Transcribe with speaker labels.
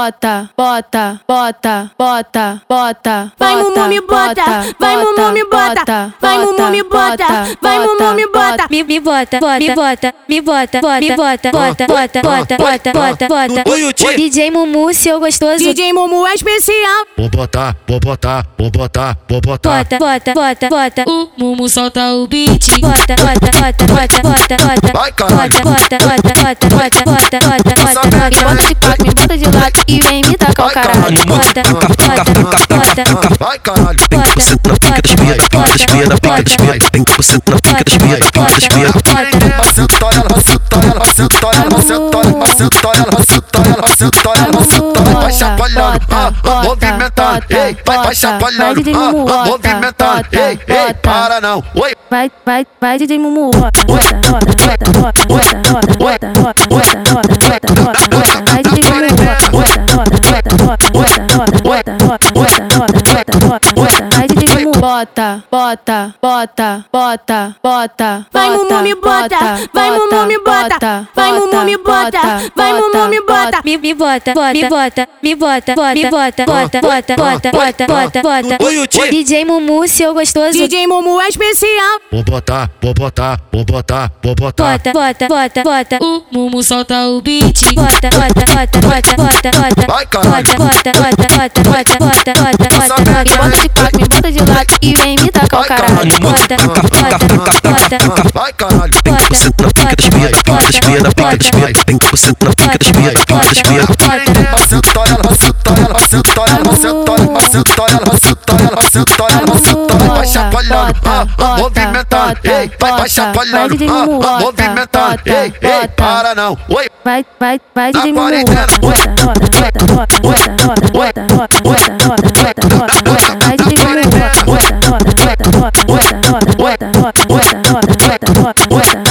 Speaker 1: Bota, bota, bota, bota, bota.
Speaker 2: Vai, Mumu, me bota. Vai, Mumu, me bota. Vai, Mumu, me bota. Vai, Mumu, me bota.
Speaker 3: Me, me bota, bota, me bota, me bota, bota, me bota, bota, bota, bota, bota, bota, bota. DJ Mumu, seu gostoso.
Speaker 2: DJ Mumu é especial.
Speaker 4: Vou botar, vou botar, vou botar, vou botar.
Speaker 3: Bota, bota, bota, bota.
Speaker 5: O Mumu solta o beat.
Speaker 3: Bota, bota, bota, bota, bota, bota.
Speaker 4: Vai, caralho.
Speaker 3: Bota, bota, bota, bota, bota, bota, bota, bota,
Speaker 1: Me bota
Speaker 3: bota.
Speaker 1: de quatro, me bota de lado e vem me tacar o caralho.
Speaker 3: Bota, bota, bota, bota.
Speaker 4: Vai, caralho.
Speaker 3: Tem que você é na pica das piadas, pica das piadas, pica das piadas. Tem que você na pica das piadas, pica das piadas.
Speaker 4: Vai sentar ela, vai sentar ela, vai sentar ela, vai sentar ela, vai sentar ela, vai sentar ela, vai sentar ela, vai sentar ela. Vai chacoalhando, ah, ah, movimentando, ei, vai, vai chacoalhando, ah, ah, movimentando, ei, ei, para não, oi.
Speaker 1: Vai, vai, vai, DJ Mumu. Bota, bota, bota, bota, bota, bota, bota, bota, bota, bota, bota, bota, bota. Vai, DJ Mumu. Bota, bota, bota, bota, bota, bota, bota, bota, bota, bota, bota, bota, bota. Vai, DJ Mumu. Bota, bota, bota, bota, bota.
Speaker 2: Vai, Mumu, me bota. Vai, Mumu, me bota. Vai, Mumu, me bota. Vai, Mumu, me bota.
Speaker 3: Me, me bota, bota, me bota, me bota, bota, me bota, bota, bota, bota, bota, bota, bota. DJ Mumu, seu gostoso.
Speaker 2: DJ Mumu é especial.
Speaker 4: Vou botar, vou botar, vou botar, vou botar.
Speaker 3: Bota, bota, bota, bota.
Speaker 5: O Mumu solta o beat.
Speaker 3: Bota, bota, bota, bota, bota, bota.
Speaker 4: Vai, caralho.
Speaker 3: Bota, bota, bota, bota, bota, bota, bota, bota.
Speaker 1: Me bota de quatro, me bota de lado e vem me tacar o
Speaker 4: Vai,
Speaker 1: caralho.
Speaker 4: caralho.
Speaker 3: Bota, bota, bota, bota.
Speaker 4: Vai, caralho.
Speaker 3: Tem que você na pica das piadas, pica das piadas, pica das piadas. Tem que você na pica das piadas, pica das piadas.
Speaker 4: Vai sentar ela, vai sentar ela, vai sentar ela, vai sentar ela, vai sentar ela, vai sentar ela, vai sentar ela, vai sentar ela. Vai chacoalhando, ah, ah, movimentando, ei, vai, vai chacoalhando, ah, ah, movimentando, ei, ei, para não, oi.
Speaker 1: Vai, vai, vai,
Speaker 4: Na
Speaker 1: DJ Mumu.
Speaker 4: quarentena.
Speaker 1: Bota, bota, bota, bota, bota, bota, bota, bota, bota, bota, bota, bota, bota. Vai, DJ Mumu. Bota, bota, bota, bota, bota, bota, bota, bota, bota, bota, bota, bota, bota, bota, bota.